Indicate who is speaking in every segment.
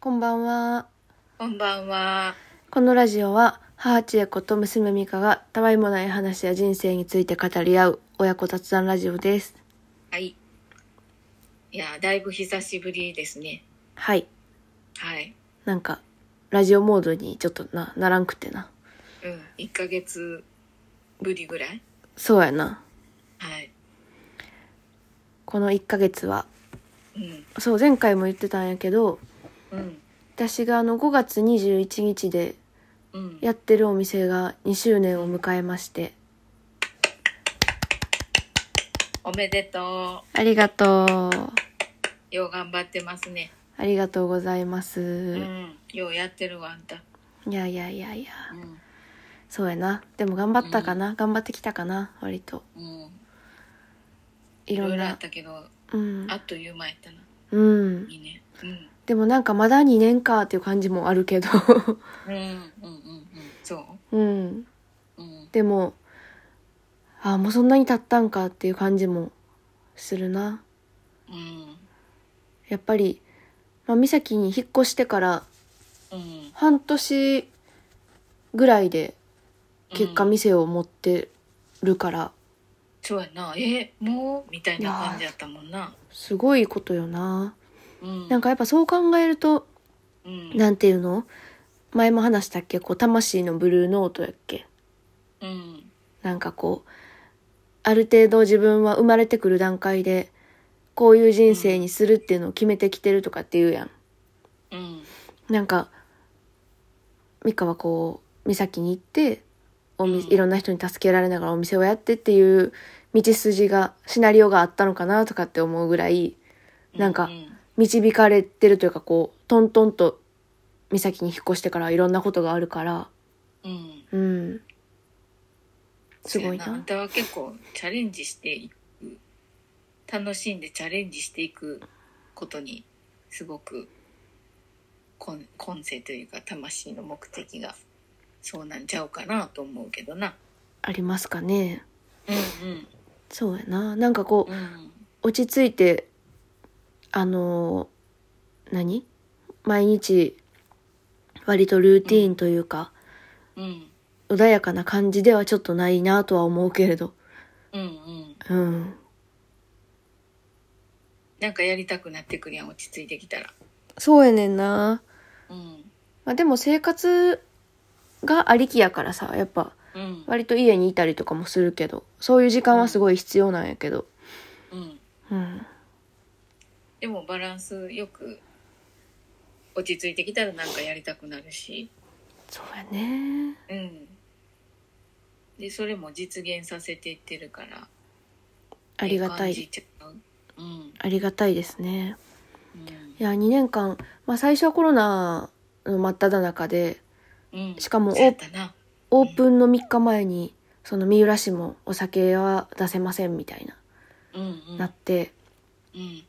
Speaker 1: こんばんは。
Speaker 2: こんばんは。
Speaker 1: このラジオは、母千恵子と娘美香が、たわいもない話や人生について語り合う、親子雑談ラジオです。
Speaker 2: はい。いやー、だいぶ久しぶりですね。
Speaker 1: はい。
Speaker 2: はい。
Speaker 1: なんか、ラジオモードにちょっとな、ならんくてな。
Speaker 2: うん。1ヶ月ぶりぐらい
Speaker 1: そうやな。
Speaker 2: はい。
Speaker 1: この1ヶ月は。
Speaker 2: うん。
Speaker 1: そう、前回も言ってたんやけど、
Speaker 2: うん。
Speaker 1: 私があの5月21日で
Speaker 2: うん。
Speaker 1: やってるお店が2周年を迎えまして。
Speaker 2: おめでと
Speaker 1: ありがとう。
Speaker 2: う。よう頑張ってますね。
Speaker 1: ありがとうございます。
Speaker 2: うん。ようやってるわ、あんた。
Speaker 1: いやいやいやいや。
Speaker 2: うん。
Speaker 1: そうやな。でも頑張ったかな、頑張ってきたかな割と。
Speaker 2: うん。
Speaker 1: い
Speaker 2: い
Speaker 1: ろ
Speaker 2: ろ
Speaker 1: ん
Speaker 2: いろあっ
Speaker 1: な。
Speaker 2: たけど、
Speaker 1: うん
Speaker 2: あ。っという間やったな。
Speaker 1: うん。
Speaker 2: いいね。うん。
Speaker 1: でもなんかまだ2年かっていう感じもあるけど。
Speaker 2: うん。うん。うん。うん。そ
Speaker 1: うん。
Speaker 2: ううん。
Speaker 1: でも、ああ、もうそんなに経ったんかっていう感じもするな。
Speaker 2: うん。
Speaker 1: やっぱり、まあ、三崎に引っ越してから
Speaker 2: うん。
Speaker 1: 半年ぐらいで結果
Speaker 2: うん
Speaker 1: 店を持ってるから、
Speaker 2: そうやな。え、もうみたいな感じやったもんな。
Speaker 1: すごいことよな。
Speaker 2: うん。
Speaker 1: なんかやっぱそう考えると、
Speaker 2: うん。
Speaker 1: なんていうの前も話したっけこう、魂のブルーノートやっけ
Speaker 2: うん。
Speaker 1: なんかこう、ある程度自分は生まれてくる段階で、こういう人生にするっていうのを決めてきてるとかって言うやん。
Speaker 2: うん。
Speaker 1: なんか、ミカはこう、三崎に行って、おみ
Speaker 2: うん
Speaker 1: いろんな人に助けられながらお店をやってっていう道筋が、シナリオがあったのかなとかって思うぐらい、なんか導かれてるというかこう、トントンと三崎に引っ越してからいろんなことがあるから、
Speaker 2: うん、うん。
Speaker 1: うん。すごい
Speaker 2: そうやあん
Speaker 1: な。
Speaker 2: たは結構チャレンジしていく、楽しんでチャレンジしていくことに、すごく、今今世というか、魂の目的が、そうなんちゃうかなと思うけどな。
Speaker 1: ありますかね。
Speaker 2: うん
Speaker 1: そうやな。なんかこ
Speaker 2: うん。うん。
Speaker 1: う、落ち着いて、あのー何毎日、割とルーティーンというか、
Speaker 2: うん。
Speaker 1: 穏やかな感じではちょっとないなとは思うけれど。
Speaker 2: うんうん。
Speaker 1: うん。
Speaker 2: なんかやりたくなってくるやん、落ち着いてきたら。
Speaker 1: そうやねんな。
Speaker 2: うん。
Speaker 1: まあでも生活がありきやからさ、やっぱ
Speaker 2: うん。
Speaker 1: 割と家にいたりとかもするけど、そういう時間はすごい必要なんやけど。
Speaker 2: うん。
Speaker 1: うん。
Speaker 2: でもバランスよく、落ち着いてきたらなんかやりたくなるし。
Speaker 1: そうやね。
Speaker 2: うん。で、それも実現させていってるから。
Speaker 1: ありがた
Speaker 2: ええ感じ
Speaker 1: い。
Speaker 2: ちゃううん。
Speaker 1: ありがたいですね。
Speaker 2: うん
Speaker 1: いや、2年間、まあ最初はコロナの真っ只中で、
Speaker 2: うん。
Speaker 1: しかも
Speaker 2: そうやったな。
Speaker 1: オープンの3日前に、その三浦市もお酒は出せませんみたいな、
Speaker 2: うんうん。
Speaker 1: なって、
Speaker 2: うん。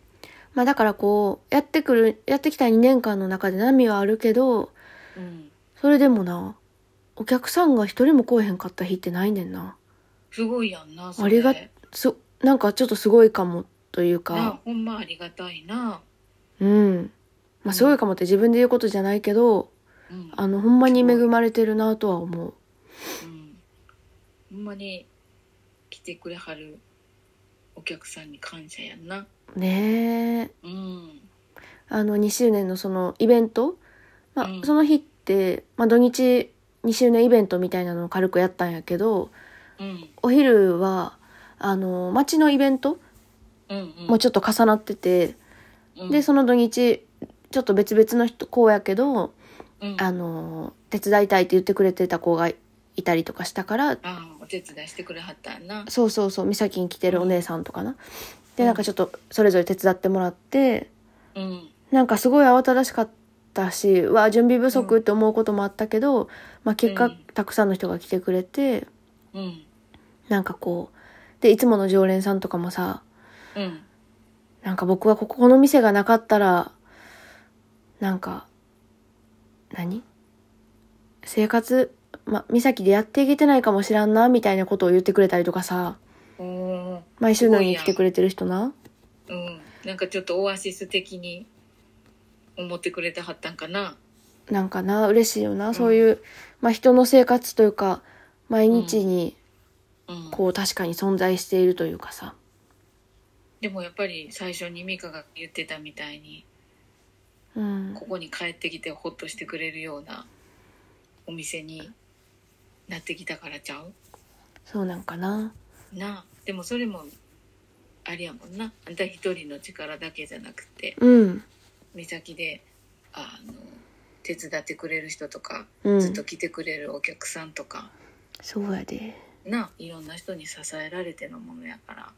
Speaker 1: まあだからこう、やってくる、やってきた2年間の中で波はあるけど、
Speaker 2: うん。
Speaker 1: それでもな、お客さんが一人も来えへんかった日ってないねんな。
Speaker 2: すごいやんな、そ
Speaker 1: あ
Speaker 2: れ
Speaker 1: りが、そ、なんかちょっとすごいかもという
Speaker 2: な
Speaker 1: か、
Speaker 2: ほんまありがたいな。
Speaker 1: うん。まあすごいかもって自分で言うことじゃないけど、
Speaker 2: うん。
Speaker 1: あの、ほんまに恵まれてるなとは思う。
Speaker 2: うん。ほんまに来てくれはるお客さんに感謝やんな。
Speaker 1: ねえ。
Speaker 2: うん。
Speaker 1: あの、2周年のそのイベントまあ
Speaker 2: う、ん
Speaker 1: その日って、まあ土日2周年イベントみたいなのを軽くやったんやけど、
Speaker 2: うん。
Speaker 1: お昼は、あの、街のイベント
Speaker 2: うんうん。
Speaker 1: もちょっと重なってて、
Speaker 2: うん
Speaker 1: で、その土日、ちょっと別々の人、子やけど、
Speaker 2: うん、
Speaker 1: あ
Speaker 2: あ
Speaker 1: の、手伝いたいって言ってくれてた子がいたりとかしたから、
Speaker 2: あお手伝いしてくれはったやんな。
Speaker 1: そうそうそう、美咲に来てるお姉さんとかな。で、
Speaker 2: うん
Speaker 1: なんかちょっと、それぞれ手伝ってもらって、
Speaker 2: うん。
Speaker 1: なんかすごい慌ただしかったし、うわ、準備不足って思うこともあったけど、まあ結
Speaker 2: う
Speaker 1: 果
Speaker 2: ん、
Speaker 1: たくさんの人が来てくれて、
Speaker 2: うん。
Speaker 1: なんかこう、で、いつもの常連さんとかもさ、
Speaker 2: うん。
Speaker 1: なんか僕はこここの店がなかったら、なんか、何生活、ま、美咲でやっていけてないかもしらんな、みたいなことを言ってくれたりとかさ、
Speaker 2: おー
Speaker 1: 毎週のように来てくれてる人な。
Speaker 2: うん、なんかちょっとオアシス的に思ってくれてはったんかな。
Speaker 1: なんかな嬉しいよな、そういう、まあ、人の生活というか毎日に
Speaker 2: うん。
Speaker 1: こう確かに存在しているというかさ
Speaker 2: でもやっぱり最初にミカが言ってたみたいに、
Speaker 1: うん
Speaker 2: ここに帰ってきてほっとしてくれるようなお店になってきたからちゃう
Speaker 1: そうなんかな
Speaker 2: なあでもそれもあれやもんなあんた一人の力だけじゃなくて
Speaker 1: うん
Speaker 2: 目先であの手伝ってくれる人とか、
Speaker 1: うん
Speaker 2: ずっと来てくれるお客さんとか
Speaker 1: そうやで
Speaker 2: なあいろんな人に支えられてのものやから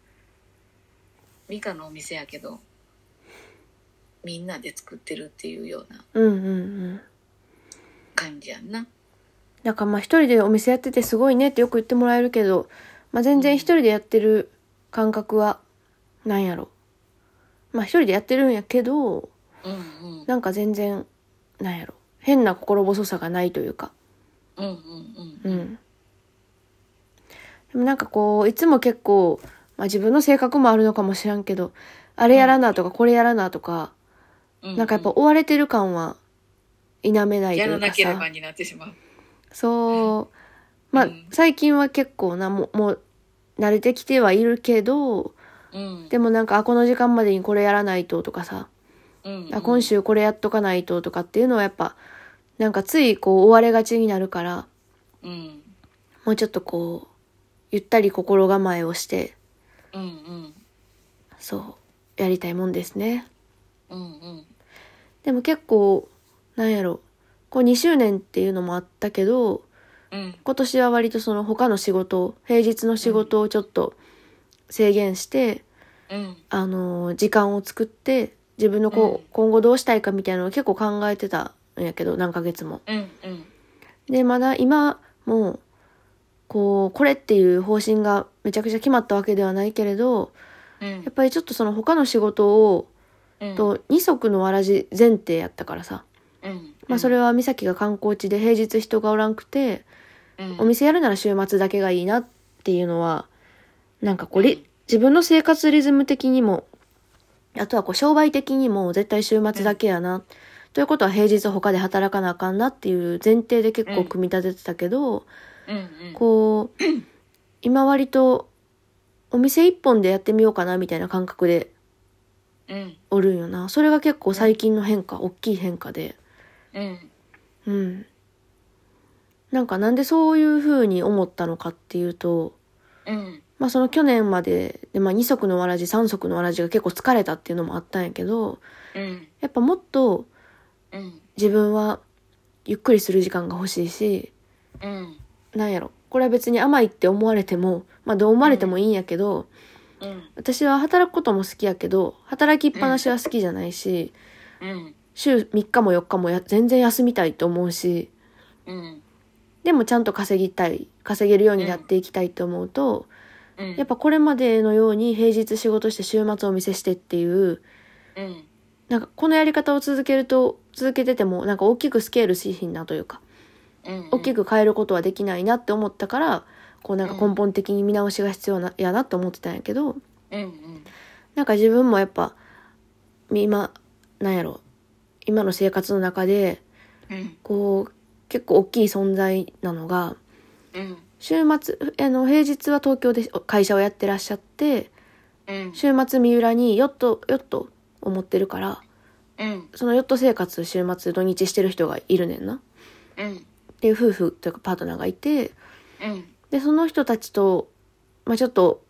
Speaker 2: ミカのお店やけどみんなで作ってるっていうような
Speaker 1: うんうんうん
Speaker 2: 感じやんな。
Speaker 1: なんかまあ一人でお店やっててすごいねってよく言ってもらえるけど、まあ、全然一人でやってる感覚はなんやろまあ一人でやってるんやけど
Speaker 2: うんうん
Speaker 1: なんか全然なんやろ変な心細さがないというか
Speaker 2: うんうん
Speaker 1: う
Speaker 2: うん
Speaker 1: んでもなんかこういつも結構、まあ、自分の性格もあるのかもしらんけどあれやらなとかこれやらなとか、
Speaker 2: うん
Speaker 1: なんかやっぱ追われてる感は否めないと
Speaker 2: や
Speaker 1: い
Speaker 2: ら
Speaker 1: うか
Speaker 2: な
Speaker 1: さ
Speaker 2: ければになってしまう。
Speaker 1: そう。まあ、
Speaker 2: うん
Speaker 1: 最近は結構な、もう、もう慣れてきてはいるけど、
Speaker 2: うん、
Speaker 1: でもなんか、あ、この時間までにこれやらないととかさ、
Speaker 2: うん
Speaker 1: あ、今週これやっとかないととかっていうのはやっぱ、なんかついこう追われがちになるから、
Speaker 2: うん
Speaker 1: もうちょっとこう、ゆったり心構えをして、
Speaker 2: うんうん
Speaker 1: そう、やりたいもんですね。
Speaker 2: うんうん
Speaker 1: でも結構、なんやろ、こう2周年っていうのもあったけど、
Speaker 2: うん
Speaker 1: 今年は割とその他の仕事を平日の仕事をちょっと制限して、
Speaker 2: うん
Speaker 1: あのー時間を作って自分のこう、
Speaker 2: うん
Speaker 1: 今後どうしたいかみたいなのを結構考えてたんやけど何ヶ月も。
Speaker 2: うんうん
Speaker 1: でまだ今もうこうこれっていう方針がめちゃくちゃ決まったわけではないけれど
Speaker 2: うん
Speaker 1: やっぱりちょっとその他の仕事を
Speaker 2: うん
Speaker 1: と二足のわらじ前提やったからさ、
Speaker 2: うん
Speaker 1: まあ、それは美咲が観光地で平日人がおらんくて。
Speaker 2: うん
Speaker 1: お店やるなら週末だけがいいなっていうのはなんかこう
Speaker 2: うん
Speaker 1: リ自分の生活リズム的にもあとはこう商売的にも絶対週末だけやな、ということは平日他で働かなあかんなっていう前提で結構組み立ててたけど、
Speaker 2: うんうん
Speaker 1: こう今割とお店一本でやってみようかなみたいな感覚で
Speaker 2: うん
Speaker 1: おるんよなそれが結構最近の変化、大きい変化で
Speaker 2: うん
Speaker 1: うんなんかなんでそういう風に思ったのかっていうと
Speaker 2: うん
Speaker 1: まあその去年までで、まあ、2足のわらじ3足のわらじが結構疲れたっていうのもあったんやけど
Speaker 2: うん
Speaker 1: やっぱもっと
Speaker 2: うん
Speaker 1: 自分はゆっくりする時間が欲しいし
Speaker 2: うん
Speaker 1: なんやろこれは別に甘いって思われてもまあどう思われてもいいんやけど、
Speaker 2: うん
Speaker 1: 私は働くことも好きやけど働きっぱなしは好きじゃないし、
Speaker 2: うん
Speaker 1: 週3日も4日もや全然休みたいと思うし
Speaker 2: うん
Speaker 1: でもちゃんと稼ぎたい稼げるようになっていきたいと思うと、
Speaker 2: うん
Speaker 1: やっぱこれまでのように平日仕事して週末お店してっていう
Speaker 2: うん
Speaker 1: なんかこのやり方を続けると続けててもなんか大きくスケールしひんなというか
Speaker 2: うん
Speaker 1: 大きく変えることはできないなって思ったからこうなんか根本的に見直しが必要なやなって思ってたんやけど
Speaker 2: うんうん
Speaker 1: なんか自分もやっぱ今なんやろ今の生活の中で
Speaker 2: うん
Speaker 1: こう結構大きい存在なのが
Speaker 2: うん
Speaker 1: 週末あの平日は東京で会社をやってらっしゃって
Speaker 2: うん
Speaker 1: 週末三浦にヨットヨットを持ってるから
Speaker 2: うん
Speaker 1: そのヨット生活週末土日してる人がいるねんな。
Speaker 2: うん
Speaker 1: っていう夫婦というかパートナーがいて
Speaker 2: うん
Speaker 1: でその人たちと、まあ、ちょっと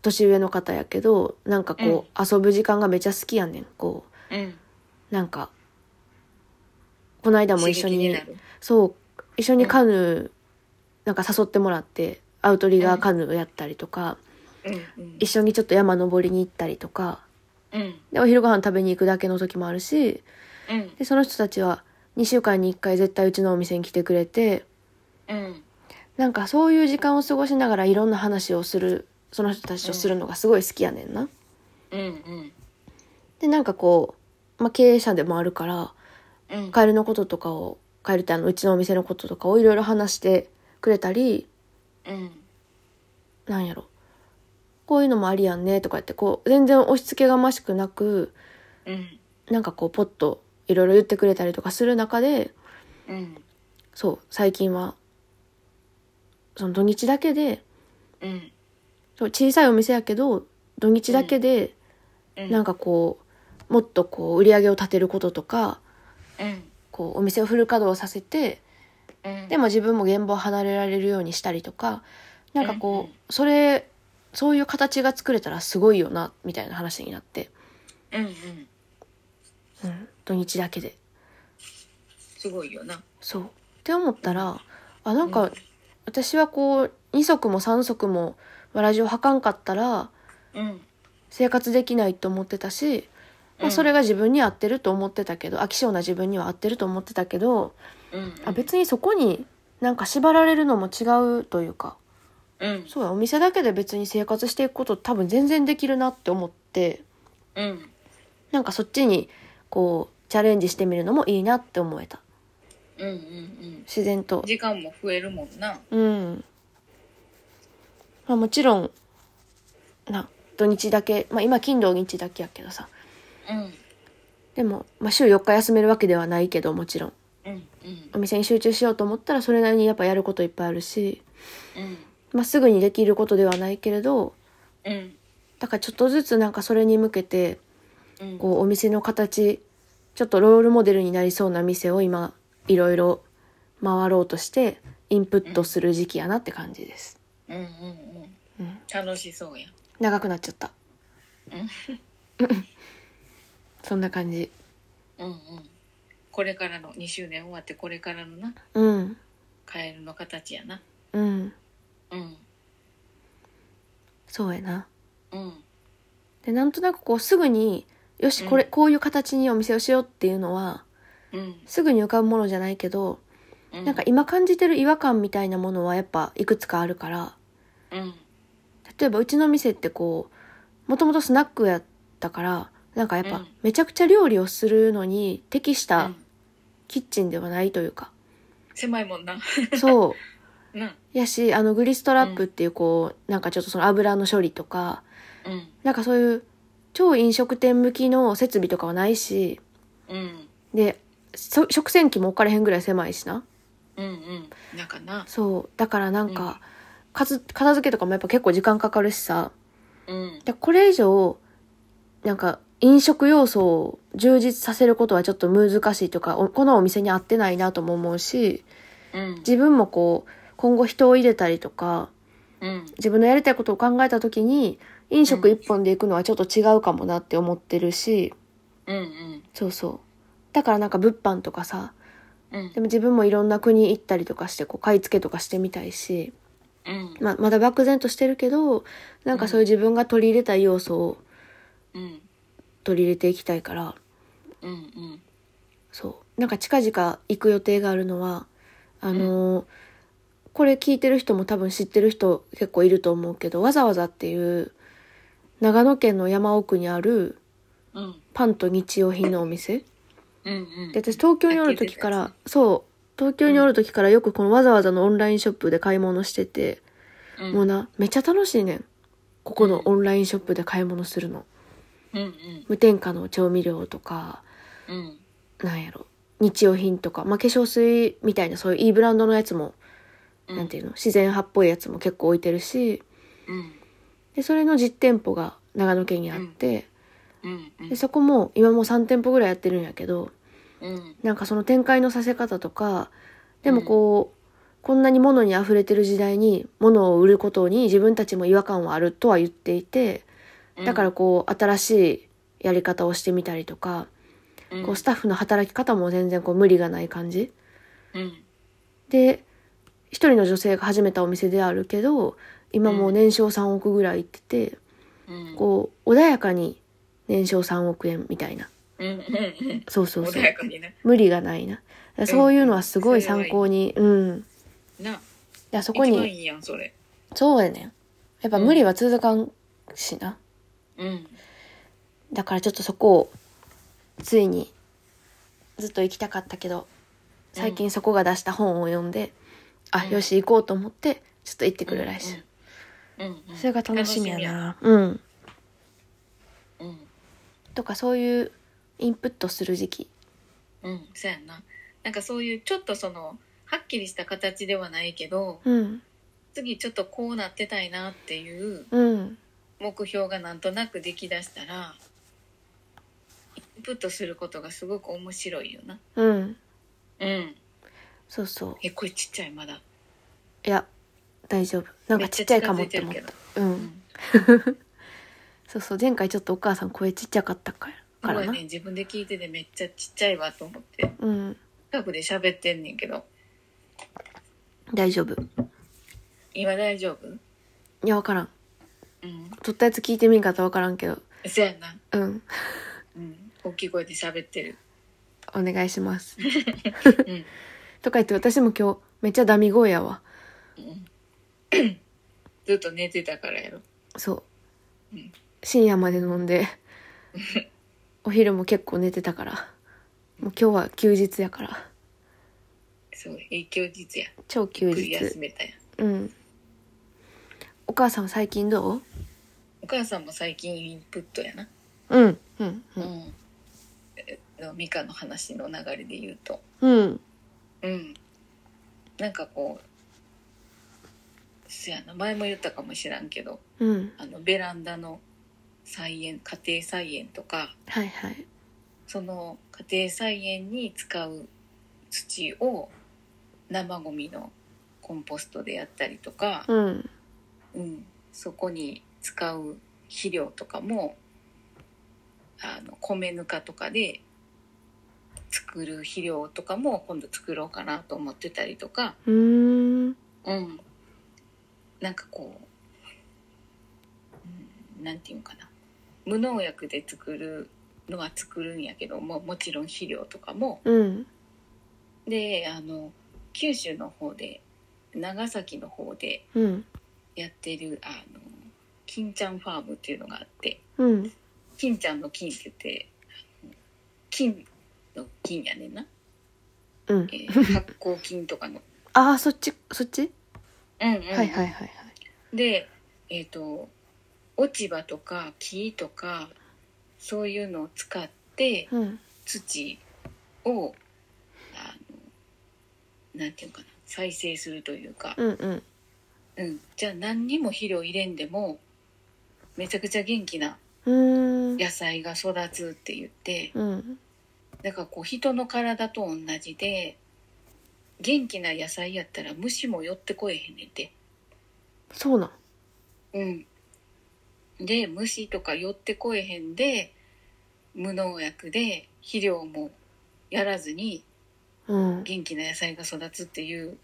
Speaker 1: 年上の方やけどなんかこう、遊ぶ時間がめちゃ好きやねんこ
Speaker 2: うん
Speaker 1: うなんかこの間も一緒に
Speaker 2: 刺激なる
Speaker 1: そう一緒にカヌー、なんか誘ってもらってアウトリガーカヌーやったりとか、
Speaker 2: うんうん
Speaker 1: 一緒にちょっと山登りに行ったりとか
Speaker 2: うん
Speaker 1: でお昼ご飯食べに行くだけの時もあるし
Speaker 2: うん
Speaker 1: でその人たちは2週間に1回絶対うちのお店に来てくれて
Speaker 2: うん
Speaker 1: なんかそういう時間を過ごしながらいろんな話をするその人たちとするのがすごい好きやねんな。
Speaker 2: うんうん
Speaker 1: でなんかこう、まあ、経営者でもあるから
Speaker 2: うん
Speaker 1: カエルのこととかをカエルってあのうちのお店のこととかをいろいろ話してくれたり
Speaker 2: うん
Speaker 1: なんやろこういうのもありやんねとか言ってこう全然押し付けがましくなく
Speaker 2: うん
Speaker 1: なんかこうポッといろいろ言ってくれたりとかする中で
Speaker 2: うん
Speaker 1: そう最近はその土日だけで
Speaker 2: うん
Speaker 1: そう小さいお店やけど土日だけで
Speaker 2: うん
Speaker 1: なんかこうもっとこう売り上げを立てることとか
Speaker 2: うん
Speaker 1: こうお店をフル稼働させて
Speaker 2: うん
Speaker 1: でも自分も現場を離れられるようにしたりとかなんか
Speaker 2: うんう
Speaker 1: こ
Speaker 2: ん
Speaker 1: うそれそういう形が作れたらすごいよなみたいな話になって、
Speaker 2: うんうん
Speaker 1: うん、土日だけです
Speaker 2: ごいよな
Speaker 1: そうって思ったらあなん
Speaker 2: う
Speaker 1: か
Speaker 2: ん
Speaker 1: 私はこう2足も3足もわらじを履かんかったら
Speaker 2: うん
Speaker 1: 生活できないと思ってたし、ま
Speaker 2: う
Speaker 1: あ、
Speaker 2: ん
Speaker 1: それが自分に合ってると思ってたけど飽き性な自分には合ってると思ってたけど
Speaker 2: うん
Speaker 1: あ別にそこになんか縛られるのも違うというか
Speaker 2: うん
Speaker 1: そうやお店だけで別に生活していくこと多分全然できるなって思って
Speaker 2: うん
Speaker 1: なんかそっちにこうチャレンジしてみるのもいいなって思えた
Speaker 2: うんうんうん
Speaker 1: 自然と
Speaker 2: 時間も増えるもんな
Speaker 1: うん、まあ、もちろんな土日だけ、まあ、今金土日だけやけどさ
Speaker 2: うん
Speaker 1: でも、まあ、週4日休めるわけではないけどもちろん
Speaker 2: うんうん
Speaker 1: お店に集中しようと思ったらそれなりにやっぱやることいっぱいあるし、
Speaker 2: うん
Speaker 1: まあ、すぐにできることではないけれど
Speaker 2: うん
Speaker 1: だからちょっとずつなんかそれに向けて
Speaker 2: うん
Speaker 1: こうお店の形ちょっとロールモデルになりそうな店を今いろいろ回ろうとしてインプットする時期やなって感じです。
Speaker 2: うんうんうん
Speaker 1: うん、
Speaker 2: 楽しそうや
Speaker 1: 長くなっちゃった
Speaker 2: うん。
Speaker 1: そんな感じ。
Speaker 2: うんうんこれからの2周年終わってこれからのな
Speaker 1: うん。
Speaker 2: カエルの形やな
Speaker 1: うん。
Speaker 2: うん
Speaker 1: そうやな。
Speaker 2: うん
Speaker 1: で、なんとなくこうすぐに、よし、これ、
Speaker 2: うん
Speaker 1: こういう形にお店をしようっていうのは、
Speaker 2: うん
Speaker 1: すぐに浮かぶものじゃないけど、
Speaker 2: うん
Speaker 1: なんか今感じてる違和感みたいなものはやっぱいくつかあるから、
Speaker 2: うん
Speaker 1: 例えばうちの店ってこう、もともとスナックやったから、なんかやっ
Speaker 2: う
Speaker 1: ぱ
Speaker 2: ん
Speaker 1: めちゃくちゃ料理をするのに適し
Speaker 2: う
Speaker 1: た
Speaker 2: ん
Speaker 1: キッチンではないというか、
Speaker 2: 狭いもんな
Speaker 1: そう。
Speaker 2: な
Speaker 1: やし、あのグリストラップっていうこう、なんかちょっとその油の処理とか、
Speaker 2: うん
Speaker 1: なんかそういう超飲食店向きの設備とかはないし、
Speaker 2: うん
Speaker 1: で、そ食洗機も置かれへんぐらい狭いしな。
Speaker 2: うんうんなんかな
Speaker 1: そう。だからなんか、かず片付けとかもやっぱ結構時間かかるしさ。
Speaker 2: うん
Speaker 1: で、これ以上、なんか飲食要素を充実させることはちょっと難しいとか、おこのお店に合ってないなとも思うし、
Speaker 2: うん
Speaker 1: 自分もこう、今後人を入れたりとか、
Speaker 2: うん
Speaker 1: 自分のやりたいことを考えた時に飲食一本で行くのはちょっと違うかもなって思ってるし、
Speaker 2: うんうん
Speaker 1: そうそうだからなんか物販とかさ
Speaker 2: うん
Speaker 1: でも自分もいろんな国行ったりとかしてこう買い付けとかしてみたいし、
Speaker 2: うん
Speaker 1: まあ、まだ漠然としてるけどなんかそういう自分が取り入れたい要素を
Speaker 2: うん
Speaker 1: 取り入れていきたいから
Speaker 2: うんうん
Speaker 1: そうなんか近々行く予定があるのはあのーこれ聞いてる人も多分知ってる人結構いると思うけどわざわざっていう長野県の山奥にある
Speaker 2: うん
Speaker 1: パンと日用品のお店
Speaker 2: うん
Speaker 1: で私東京におる時からそう東京におる時からよくこのわざわざのオンラインショップで買い物してて、
Speaker 2: うん
Speaker 1: もうなめっちゃ楽しいねんここのオンラインショップで買い物するの
Speaker 2: うんうん
Speaker 1: 無添加の調味料とか
Speaker 2: うん
Speaker 1: なんやろ日用品とか、まあ、化粧水みたいなそういういいブランドのやつも、
Speaker 2: うん
Speaker 1: なんていうの自然派っぽいやつも結構置いてるし
Speaker 2: うん
Speaker 1: でそれの実店舗が長野県にあって、
Speaker 2: うんうん
Speaker 1: でそこも今もう3店舗ぐらいやってるんやけど
Speaker 2: うん
Speaker 1: なんかその展開のさせ方とかでもこう、こんなに物に溢れてる時代に物を売ることに自分たちも違和感はあるとは言っていてだからこう新しいやり方をしてみたりとか、
Speaker 2: うん
Speaker 1: こうスタッフの働き方も全然こう無理がない感じ
Speaker 2: うん
Speaker 1: で一人の女性が始めたお店であるけど今もう年商3億ぐらいいってて、
Speaker 2: うん
Speaker 1: こう穏やかに年商3億円みたいな
Speaker 2: うんうんうん
Speaker 1: そうそうそ
Speaker 2: 穏
Speaker 1: う
Speaker 2: やかにね
Speaker 1: 無理がないなだからそういうのはすごい参考にうん。
Speaker 2: ない
Speaker 1: やそこ
Speaker 2: 一番
Speaker 1: に
Speaker 2: いいやんそれ
Speaker 1: そうやねんやっぱ
Speaker 2: うん
Speaker 1: 無理は続かんしな、
Speaker 2: うん
Speaker 1: だからちょっとそこをついにずっと行きたかったけど最近そこが出した本を読んで、あ
Speaker 2: うん
Speaker 1: よし行こうと思ってちょっと行ってくる来週、
Speaker 2: うんうん
Speaker 1: それが楽しみやなうん
Speaker 2: 楽しみやうん
Speaker 1: とかそういうインプットする時期
Speaker 2: うん、そうやんな。なんかそういうちょっとその、はっきりした形ではないけど、
Speaker 1: うん
Speaker 2: 次ちょっとこうなってたいなっていう
Speaker 1: うん
Speaker 2: 目標がなんとなくできだしたら、インプットすることがすごく面白いよな。
Speaker 1: うん
Speaker 2: うん。
Speaker 1: そうそう
Speaker 2: え、これちっちゃいまだ。
Speaker 1: いや大丈夫なんかちっちゃいかもって思っ
Speaker 2: めっちゃ近づいて
Speaker 1: たう
Speaker 2: るうんん。
Speaker 1: そうそう前回ちょっとお母さん声ちっちゃかったからか
Speaker 2: こ
Speaker 1: ら
Speaker 2: れ
Speaker 1: な
Speaker 2: ね、自分で聞いててめっちゃちっちゃいわと思って、
Speaker 1: うん
Speaker 2: 近くで喋ってんねんけど、
Speaker 1: 大丈夫
Speaker 2: 今大丈夫
Speaker 1: いやわからん
Speaker 2: うん。
Speaker 1: 撮ったやつ聞いてみんかったらわからんけど
Speaker 2: そうやんな。
Speaker 1: うん
Speaker 2: うん。大きい声で喋ってる。
Speaker 1: お願いします
Speaker 2: うん。
Speaker 1: とか言って私も今日めっちゃダミ声やわ
Speaker 2: ずっと寝てたからやろ。
Speaker 1: そう、
Speaker 2: うん
Speaker 1: 深夜まで飲ん でお昼も結構寝てたからもう今日は休日やから
Speaker 2: そう、影響日や。
Speaker 1: 超休
Speaker 2: ゆっくり休
Speaker 1: 日
Speaker 2: めたやん。
Speaker 1: うんお母さんは最近どう
Speaker 2: お母さんも最近インプットやな。
Speaker 1: うんうんう
Speaker 2: うんん。えのミカの話の流れで言うと。
Speaker 1: うん
Speaker 2: うん。なんかこう、そやな、前も言ったかもしらんけど、
Speaker 1: うん
Speaker 2: あの、ベランダの菜園、家庭菜園とか、
Speaker 1: はいはい
Speaker 2: その家庭菜園に使う土を生ゴミのコンポストでやったりとか、
Speaker 1: うん
Speaker 2: うん、そこに使う肥料とかもあの米ぬかとかで作る肥料とかも今度作ろうかなと思ってたりとか、
Speaker 1: うーん
Speaker 2: うん、なんかこう、うん、なんていうのかな無農薬で作るのは作るんやけどももちろん肥料とかも
Speaker 1: うん
Speaker 2: であの九州の方で長崎の方で
Speaker 1: うん
Speaker 2: やってるあの金ちゃんファームっていうのがあって
Speaker 1: うん
Speaker 2: 金ちゃんの金って言ってあの金の金やねんな、
Speaker 1: うん
Speaker 2: え ー発酵金とかの。
Speaker 1: ああそっちそっち、
Speaker 2: うん
Speaker 1: は
Speaker 2: うん
Speaker 1: いはいはいはい
Speaker 2: でえっ、と落ち葉とか木とかそういうのを使って
Speaker 1: うん
Speaker 2: 土をあのなんていうのかな再生するというか、
Speaker 1: うんうん
Speaker 2: うん、じゃあ何にも肥料入れんでもめちゃくちゃ元気な
Speaker 1: うーん
Speaker 2: 野菜が育つって言って
Speaker 1: うん
Speaker 2: だからこう人の体と同じで元気な野菜やったら虫も寄ってこえへんねんて
Speaker 1: そうなん
Speaker 2: うんで虫とか寄ってこえへんで無農薬で肥料もやらずに
Speaker 1: うん
Speaker 2: 元気な野菜が育つっていう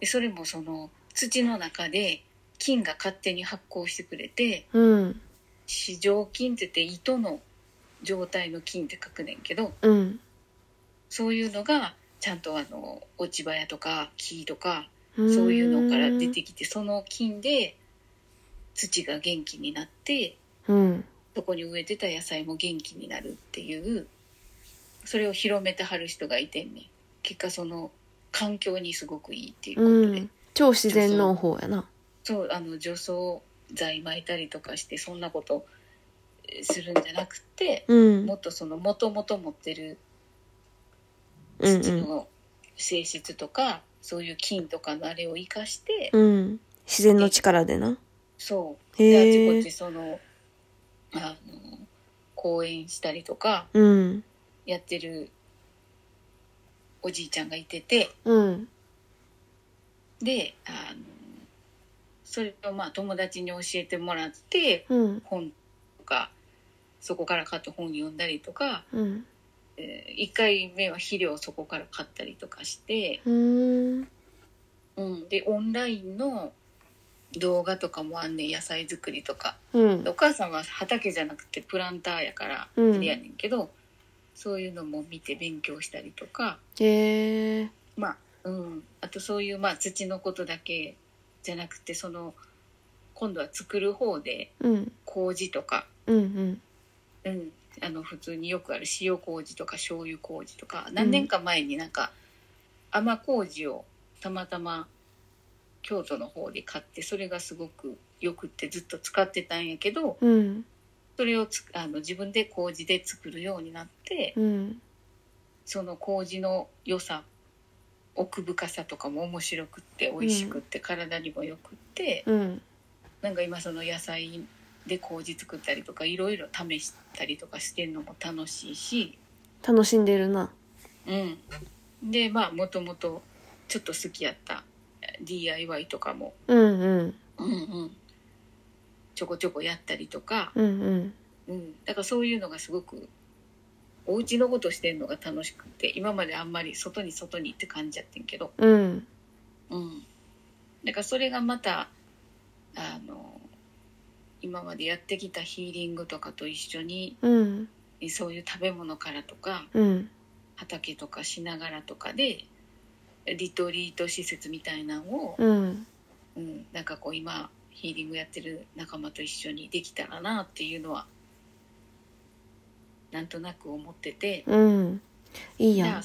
Speaker 2: でそれもその土の中で菌が勝手に発酵してくれて
Speaker 1: うん
Speaker 2: 糸状菌って言って糸の状態の菌って書くねんけど
Speaker 1: うん
Speaker 2: そういうのがちゃんとあの落ち葉やとか木とかそういうのから出てきてその菌で土が元気になって
Speaker 1: うん
Speaker 2: そこに植えてた野菜も元気になるっていうそれを広めてはる人がいてんねん結果その環境にすごくいいっていう
Speaker 1: う
Speaker 2: ことで、
Speaker 1: ん、超自然農法やな
Speaker 2: そうあの除草剤撒いたりとかしてそんなことえーするんじゃなくて
Speaker 1: うん
Speaker 2: もっとそのもともと持ってる
Speaker 1: うん
Speaker 2: 土の性質とか、そういう菌とかのあれを生かして、
Speaker 1: うん、うん、自然の力でな
Speaker 2: そうであち
Speaker 1: へ
Speaker 2: こ
Speaker 1: え
Speaker 2: ちそのあの講演したりとか
Speaker 1: うん
Speaker 2: やってるおじいちゃんがいてて
Speaker 1: うん
Speaker 2: であのそれをまあ友達に教えてもらって
Speaker 1: うん
Speaker 2: 本とかそこから買って本読んだりとか、
Speaker 1: うん
Speaker 2: え1回目は肥料をそこから買ったりとかして。
Speaker 1: うん
Speaker 2: うん、でオンラインの動画とかもあんねん野菜作りとか
Speaker 1: うん
Speaker 2: お母さんは畑じゃなくてプランターやからあ
Speaker 1: うん
Speaker 2: れやねんけど、そういうのも見て勉強したりとか
Speaker 1: へえ
Speaker 2: まあ、うん、あとそういう、まあ、土のことだけじゃなくてその今度は作る方で
Speaker 1: うん
Speaker 2: 麹とか、
Speaker 1: うんうん
Speaker 2: うん、あの普通によくある塩麹とか醤油麹とか何年か前になんか甘麹をたまたま京都の方で買ってそれがすごくよくってずっと使ってたんやけど
Speaker 1: うん
Speaker 2: それをつあの自分で麹で作るようになって
Speaker 1: うん
Speaker 2: その麹の良さ奥深さとかも面白くって美味しくって、体にもよくって
Speaker 1: うん
Speaker 2: なんか今その野菜で麹作ったりとかいろいろ試したりとかしてんのも楽しいし、
Speaker 1: 楽しんでるな
Speaker 2: うん、でまあもともとちょっと好きやった DIY とかも、
Speaker 1: うんうん
Speaker 2: うんうん、ちょこちょこやったりとか、
Speaker 1: うんうん
Speaker 2: うん、だからそういうのがすごくお家のことしてんのが楽しくて今まであんまり外に外にって感じやってんけど
Speaker 1: うん
Speaker 2: うん、だからそれがまたあの今までやってきたヒーリングとかと一緒に
Speaker 1: うん
Speaker 2: えそういう食べ物からとか
Speaker 1: うん
Speaker 2: 畑とかしながらとかでリトリート施設みたいなのを、
Speaker 1: うん
Speaker 2: うん、なんかこう今ヒーリングやってる仲間と一緒にできたらなっていうのはなんとなく思ってて、
Speaker 1: うんいい
Speaker 2: じゃ
Speaker 1: や
Speaker 2: あ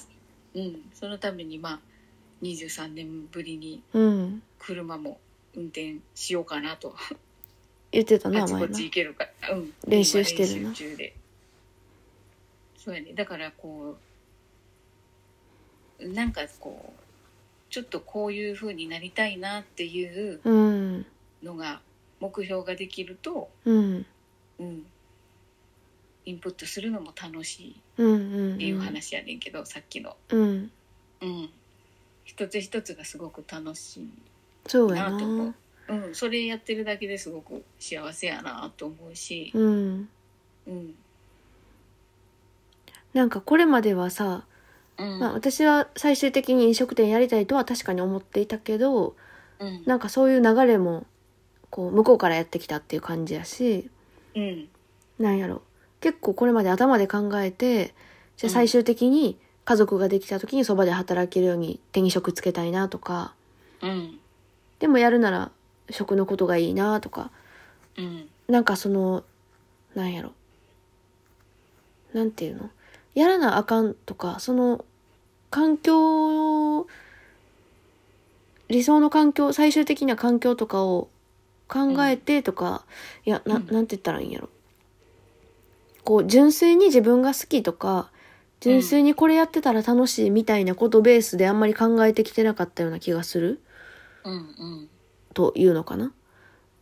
Speaker 2: うん、そのためにまあ23年ぶりに
Speaker 1: んうん
Speaker 2: 車も運転しようかなと
Speaker 1: 言ってたな
Speaker 2: あち
Speaker 1: 前
Speaker 2: こ
Speaker 1: な
Speaker 2: ち行けるから、うん、
Speaker 1: 練習してるな
Speaker 2: 今練習中でそうやねだからこうなんかこうちょっとこういう風になりたいなっていう
Speaker 1: うん
Speaker 2: のが目標ができると、
Speaker 1: うん
Speaker 2: うん、インプットするのも楽しい
Speaker 1: うんうん
Speaker 2: っていう話やねんけど、さっきの、
Speaker 1: うん
Speaker 2: うん、一つ一つがすごく楽しい
Speaker 1: そうや
Speaker 2: なと思
Speaker 1: な
Speaker 2: う、うん、それやってるだけですごく幸せやなと思うし、
Speaker 1: うん
Speaker 2: うん
Speaker 1: なんかこれまではさ、
Speaker 2: うん
Speaker 1: まあ、私は最終的に飲食店やりたいとは確かに思っていたけど
Speaker 2: うん
Speaker 1: なんかそういう流れもこう向こうからやってきたっていう感じやし
Speaker 2: うん
Speaker 1: なんやろ結構これまで頭で考えてじゃあ最終的に家族ができた時にそばで働けるように手に職つけたいなとか
Speaker 2: うん
Speaker 1: でもやるなら食のことがいいなとか
Speaker 2: うん
Speaker 1: なんかそのなんやろなんていうのやらなあかんとかその環境理想の環境最終的な環境とかを考えてとか、いやな
Speaker 2: うん
Speaker 1: なんて言ったらいいんやろこう純粋に自分が好きとか純粋にこれやってたら楽しいみたいなことベースであんまり考えてきてなかったような気がする
Speaker 2: うんうん
Speaker 1: というのかな。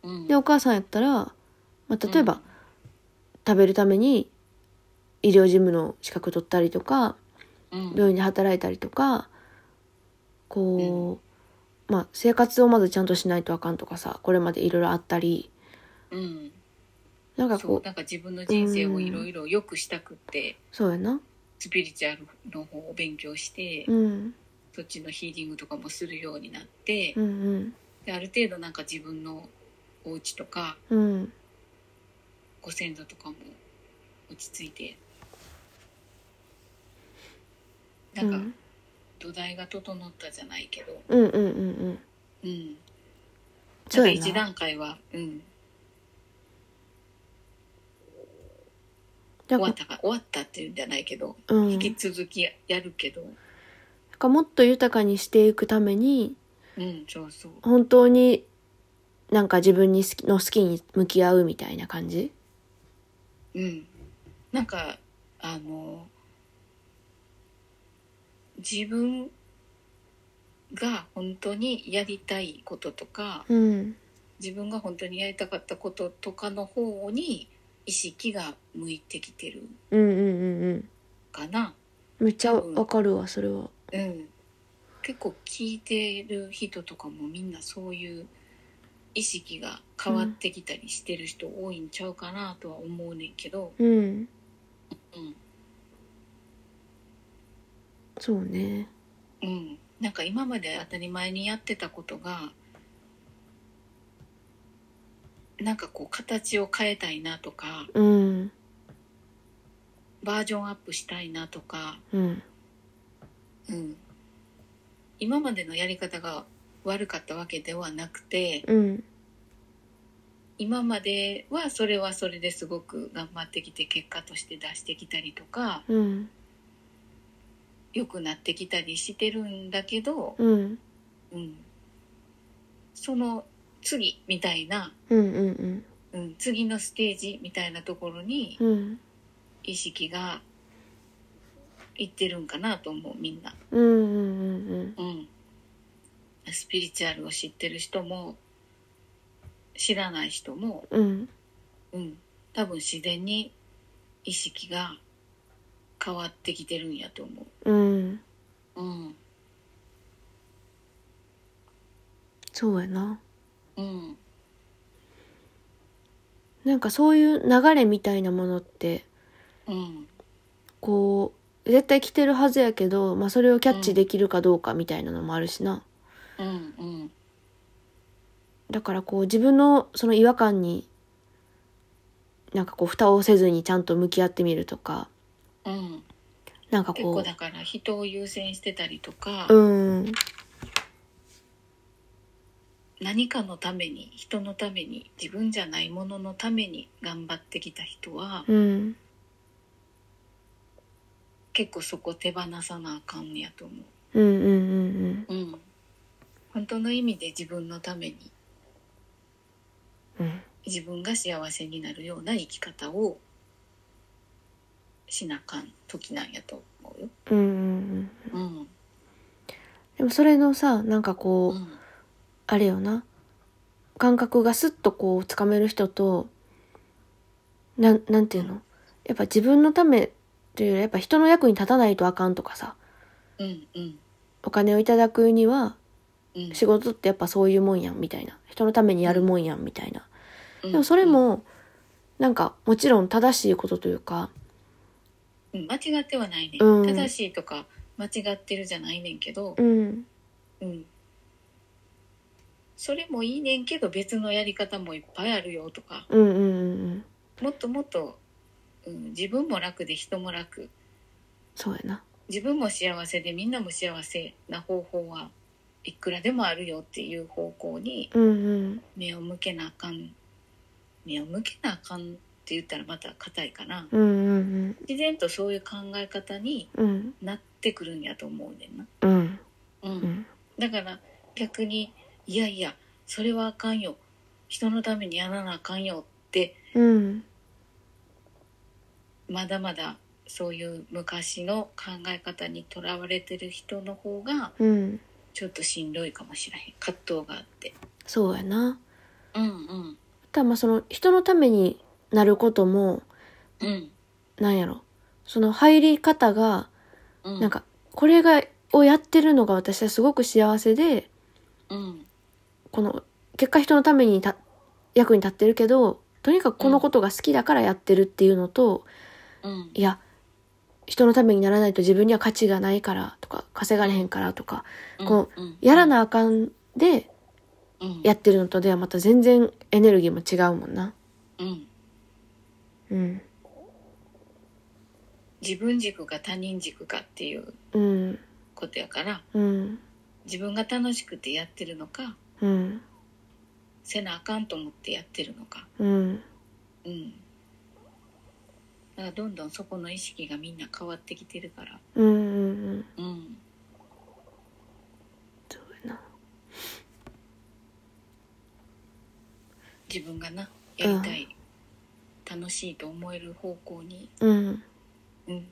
Speaker 2: うん
Speaker 1: でお母さんやったら、まあ、例えば、食べるために医療事務の資格取ったりとか
Speaker 2: うん
Speaker 1: 病院で働いたりとかこう、まあ、生活をまずちゃんとしないとあかんとかさこれまでいろいろあったり
Speaker 2: うん
Speaker 1: なんか
Speaker 2: そ
Speaker 1: こ
Speaker 2: う
Speaker 1: う
Speaker 2: なんか自分の人生をいろいろ良くしたくって
Speaker 1: そうやな
Speaker 2: スピリチュアルの方を勉強して
Speaker 1: うん
Speaker 2: そっちのヒーリングとかもするようになって
Speaker 1: うんうん
Speaker 2: である程度なんか自分のお家とか
Speaker 1: うん
Speaker 2: ご先祖とかも落ち着いてな
Speaker 1: うんん
Speaker 2: か土台が整ったじゃないけど
Speaker 1: うんうんうんうん
Speaker 2: うんな
Speaker 1: そ
Speaker 2: んか
Speaker 1: うや
Speaker 2: 一
Speaker 1: な
Speaker 2: 段階はうん
Speaker 1: だ
Speaker 2: 終わ
Speaker 1: か
Speaker 2: ったか終わったっていうんじゃないけど、
Speaker 1: らうん
Speaker 2: 引き続きやるけど
Speaker 1: だからもっと豊かにしていくために
Speaker 2: うんそうそう
Speaker 1: 本当になんか自分に好きの好きに向き合うみたいな感じ
Speaker 2: うんなんかあの自分が本当にやりたいこととか
Speaker 1: うん
Speaker 2: 自分が本当にやりたかったこととかの方に意識が向いてきてる
Speaker 1: うんうんうんうん
Speaker 2: かな
Speaker 1: めっちゃわかるわそれは
Speaker 2: うん結構聞いてる人とかもみんなそういう意識が変わってきたりしてる人多いんちゃうかなとは思うねんけど、
Speaker 1: うん
Speaker 2: うん
Speaker 1: そうね
Speaker 2: うん、なんか今まで当たり前にやってたことがなんかこう形を変えたいなとか
Speaker 1: うん
Speaker 2: バージョンアップしたいなとか、
Speaker 1: うん
Speaker 2: うん、今までのやり方が悪かったわけではなくて
Speaker 1: うん
Speaker 2: 今まではそれはそれですごく頑張ってきて結果として出してきたりとか
Speaker 1: うん
Speaker 2: 良くなってきたりしてるんだけど、
Speaker 1: うん
Speaker 2: うん、その次みたいな
Speaker 1: うんうん
Speaker 2: うん、次のステージみたいなところに
Speaker 1: うん
Speaker 2: 意識が行ってるんかなと思うみんな。
Speaker 1: うんうんうんうん
Speaker 2: うん、スピリチュアルを知ってる人も知らない人も、
Speaker 1: うん
Speaker 2: うん、多分自然に意識が変わってきてるんやと思
Speaker 1: うん
Speaker 2: う。うん
Speaker 1: そうやな
Speaker 2: うん
Speaker 1: なんかそういう流れみたいなものって
Speaker 2: うん
Speaker 1: こう絶対来てるはずやけど、まあ、それをキャッチできるかどうかみたいなのもあるしな、
Speaker 2: うんうん
Speaker 1: だからこう自分のその違和感になんかこう蓋をせずにちゃんと向き合ってみるとか
Speaker 2: うん、
Speaker 1: なんか
Speaker 2: 結
Speaker 1: こ
Speaker 2: 構
Speaker 1: う
Speaker 2: だから人を優先してたりとか、
Speaker 1: うん
Speaker 2: 何かのために人のために自分じゃないもののために頑張ってきた人は
Speaker 1: うん
Speaker 2: 結構そこ手放さなあかんやと思う。
Speaker 1: うんうんうん
Speaker 2: うん、本当の意味で自分のために
Speaker 1: うんうん
Speaker 2: 自分が幸せになるような生き方をしなあかん時なんやと思うよ。
Speaker 1: うんうん
Speaker 2: うん
Speaker 1: でもそれのさなんかこう、
Speaker 2: うん
Speaker 1: あれよな感覚がスッとこうつかめる人となんなんていうのやっぱ自分のためというよりやっぱ人の役に立たないとあかんとかさ
Speaker 2: うんうん
Speaker 1: お金をいただくには
Speaker 2: うん
Speaker 1: 仕事ってやっぱそういうもんやんみたいな人のためにやるもんやんみたいな
Speaker 2: うん
Speaker 1: でもそれもなんかもちろん正しいことというか
Speaker 2: うん間違ってはないね、
Speaker 1: うん
Speaker 2: 正しいとか間違ってるじゃないねんけど、
Speaker 1: うん
Speaker 2: うん、それもいいねんけど別のやり方もいっぱいあるよとか
Speaker 1: うんうんうんうん
Speaker 2: もっともっと、うん、自分も楽で人も楽
Speaker 1: そうやな
Speaker 2: 自分も幸せでみんなも幸せな方法はいくらでもあるよっていう方向に
Speaker 1: うんうん
Speaker 2: 目を向けなあかん目を向けなあかんって言ったらまた硬いかな
Speaker 1: うんうん
Speaker 2: 自然とそういう考え方に
Speaker 1: うんうん
Speaker 2: なってくるんやと思うねんな、
Speaker 1: うん
Speaker 2: う
Speaker 1: う
Speaker 2: ん
Speaker 1: ん
Speaker 2: だから逆にいやいやそれはあかんよ人のためにやらなあかんよって
Speaker 1: うん
Speaker 2: まだまだそういう昔の考え方にとらわれてる人の方が
Speaker 1: うん
Speaker 2: ちょっとしんどいかもしれへん葛藤があって
Speaker 1: そうやな
Speaker 2: うんうん
Speaker 1: ただまあその人のためになることも
Speaker 2: うん
Speaker 1: なんやろその入り方が
Speaker 2: うん
Speaker 1: なんかこれがをやってるのが私はすごく幸せで
Speaker 2: うん
Speaker 1: この結果人のためにた役に立ってるけどとにかくこのことが好きだからやってるっていうのと、
Speaker 2: うん
Speaker 1: いや人のためにならないと自分には価値がないからとか稼がれへんからとかこ
Speaker 2: う、ん
Speaker 1: やら、なあかんで
Speaker 2: うん、
Speaker 1: やってるのとではまた全然エネルギーも違うもんな。
Speaker 2: うん、
Speaker 1: うん、
Speaker 2: 自分軸か他人軸かっていう
Speaker 1: うん、
Speaker 2: ことやから
Speaker 1: うん、
Speaker 2: 自分が楽しくてやってるのか
Speaker 1: うん、
Speaker 2: せなあかんと思ってやってるのか
Speaker 1: うん、
Speaker 2: うんだからどんどんそこの意識がみんな変わってきてるから
Speaker 1: うん、うん、
Speaker 2: うん
Speaker 1: そうやな。
Speaker 2: 自分がなやりたい、楽しいと思える方向に
Speaker 1: うん、
Speaker 2: うん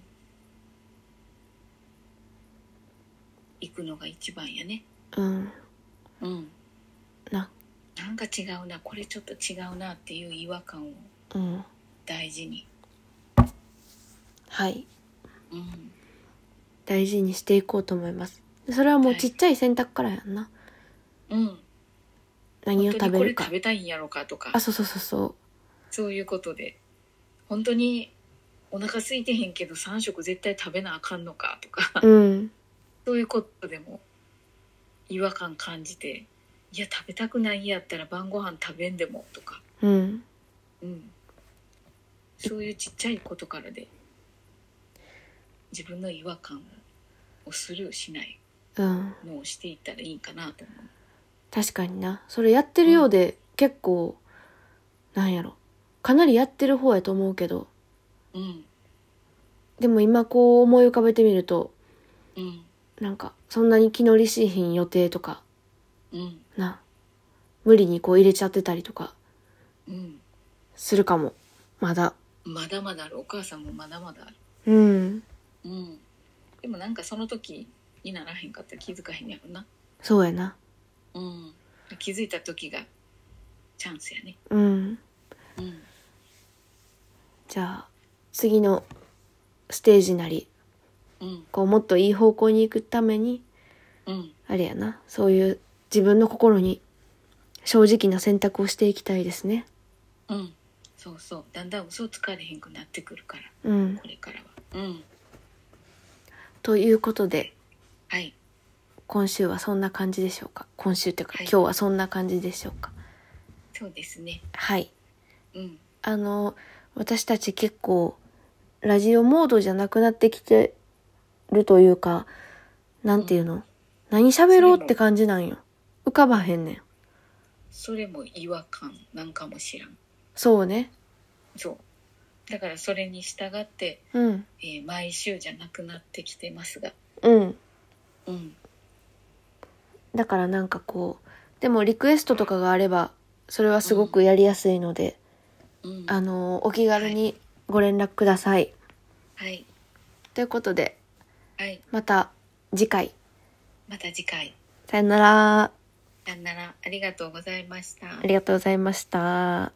Speaker 2: 行くのが一番やね
Speaker 1: うん、
Speaker 2: うん
Speaker 1: な、
Speaker 2: なんか違うなこれちょっと違うなっていう違和感を
Speaker 1: うん、
Speaker 2: 大事に
Speaker 1: はい、
Speaker 2: うん
Speaker 1: 大事にしていこうと思います。それはもうちっちゃい選択からやんな。
Speaker 2: うん
Speaker 1: 何
Speaker 2: 本
Speaker 1: を食
Speaker 2: 当に
Speaker 1: べ
Speaker 2: こ
Speaker 1: る
Speaker 2: れ
Speaker 1: か
Speaker 2: 食。べたいんやろかとか
Speaker 1: あ、そうそうそうそ
Speaker 2: そういうことで本当にお腹空いてへんけど3食絶対食べなあかんのかとか
Speaker 1: う。うん、
Speaker 2: そういうことでも違和感感じていや食べたくないんやったら晩ご飯食べんでもとか、
Speaker 1: うん、
Speaker 2: うん、そういうちっちゃいことからで自分の違和感をスルーしない
Speaker 1: うん。
Speaker 2: のをしていったらいいんかなと思う。
Speaker 1: 確かにな。それやってるようで、結構、なんやろ。かなりやってる方やと思うけど、
Speaker 2: うん
Speaker 1: でも今こう思い浮かべてみると、
Speaker 2: うん
Speaker 1: なんか、そんなに気乗りしいひん予定とか、
Speaker 2: うん
Speaker 1: な、無理にこう入れちゃってたりとか
Speaker 2: うん
Speaker 1: するかも。まだ。
Speaker 2: まだまだあるお母さんもまだまだある。
Speaker 1: うん。
Speaker 2: うんでもなんかその時にならへんかったら気づかへんやろな。
Speaker 1: そうやな
Speaker 2: うん。気づいた時がチャンスやね。
Speaker 1: うん
Speaker 2: うん。
Speaker 1: じゃあ次のステージなり
Speaker 2: うん。
Speaker 1: こうもっといい方向に行くために
Speaker 2: うん。
Speaker 1: あれやなそういう自分の心に正直な選択をしていきたいですね
Speaker 2: うん。そうそう。だんだん嘘つかれへんくなってくるから、
Speaker 1: うん
Speaker 2: これからは。うん。
Speaker 1: ということで
Speaker 2: はい。
Speaker 1: 今週はそんな感じでしょうか今週っていうか、
Speaker 2: はい
Speaker 1: 今日はそんな感じでしょうか
Speaker 2: そうですね。
Speaker 1: はい
Speaker 2: うん。
Speaker 1: あの私たち結構ラジオモードじゃなくなってきてるというかなんていうの、何喋ろうって感じなんよ浮かばへんねん
Speaker 2: それも違和感なんかもしらん。
Speaker 1: そうね
Speaker 2: そう。だからそれに従って、
Speaker 1: うん
Speaker 2: えー毎週じゃなくなってきてますが。
Speaker 1: うん
Speaker 2: うん。
Speaker 1: だからなんかこうでもリクエストとかがあればそれはすごくやりやすいので、
Speaker 2: うん。
Speaker 1: あのお気軽にご連絡ください、
Speaker 2: はい。
Speaker 1: ということで
Speaker 2: はい。
Speaker 1: また次回
Speaker 2: また次回。
Speaker 1: さよなら
Speaker 2: さよなら。ありがとうございました。
Speaker 1: ありがとうございました。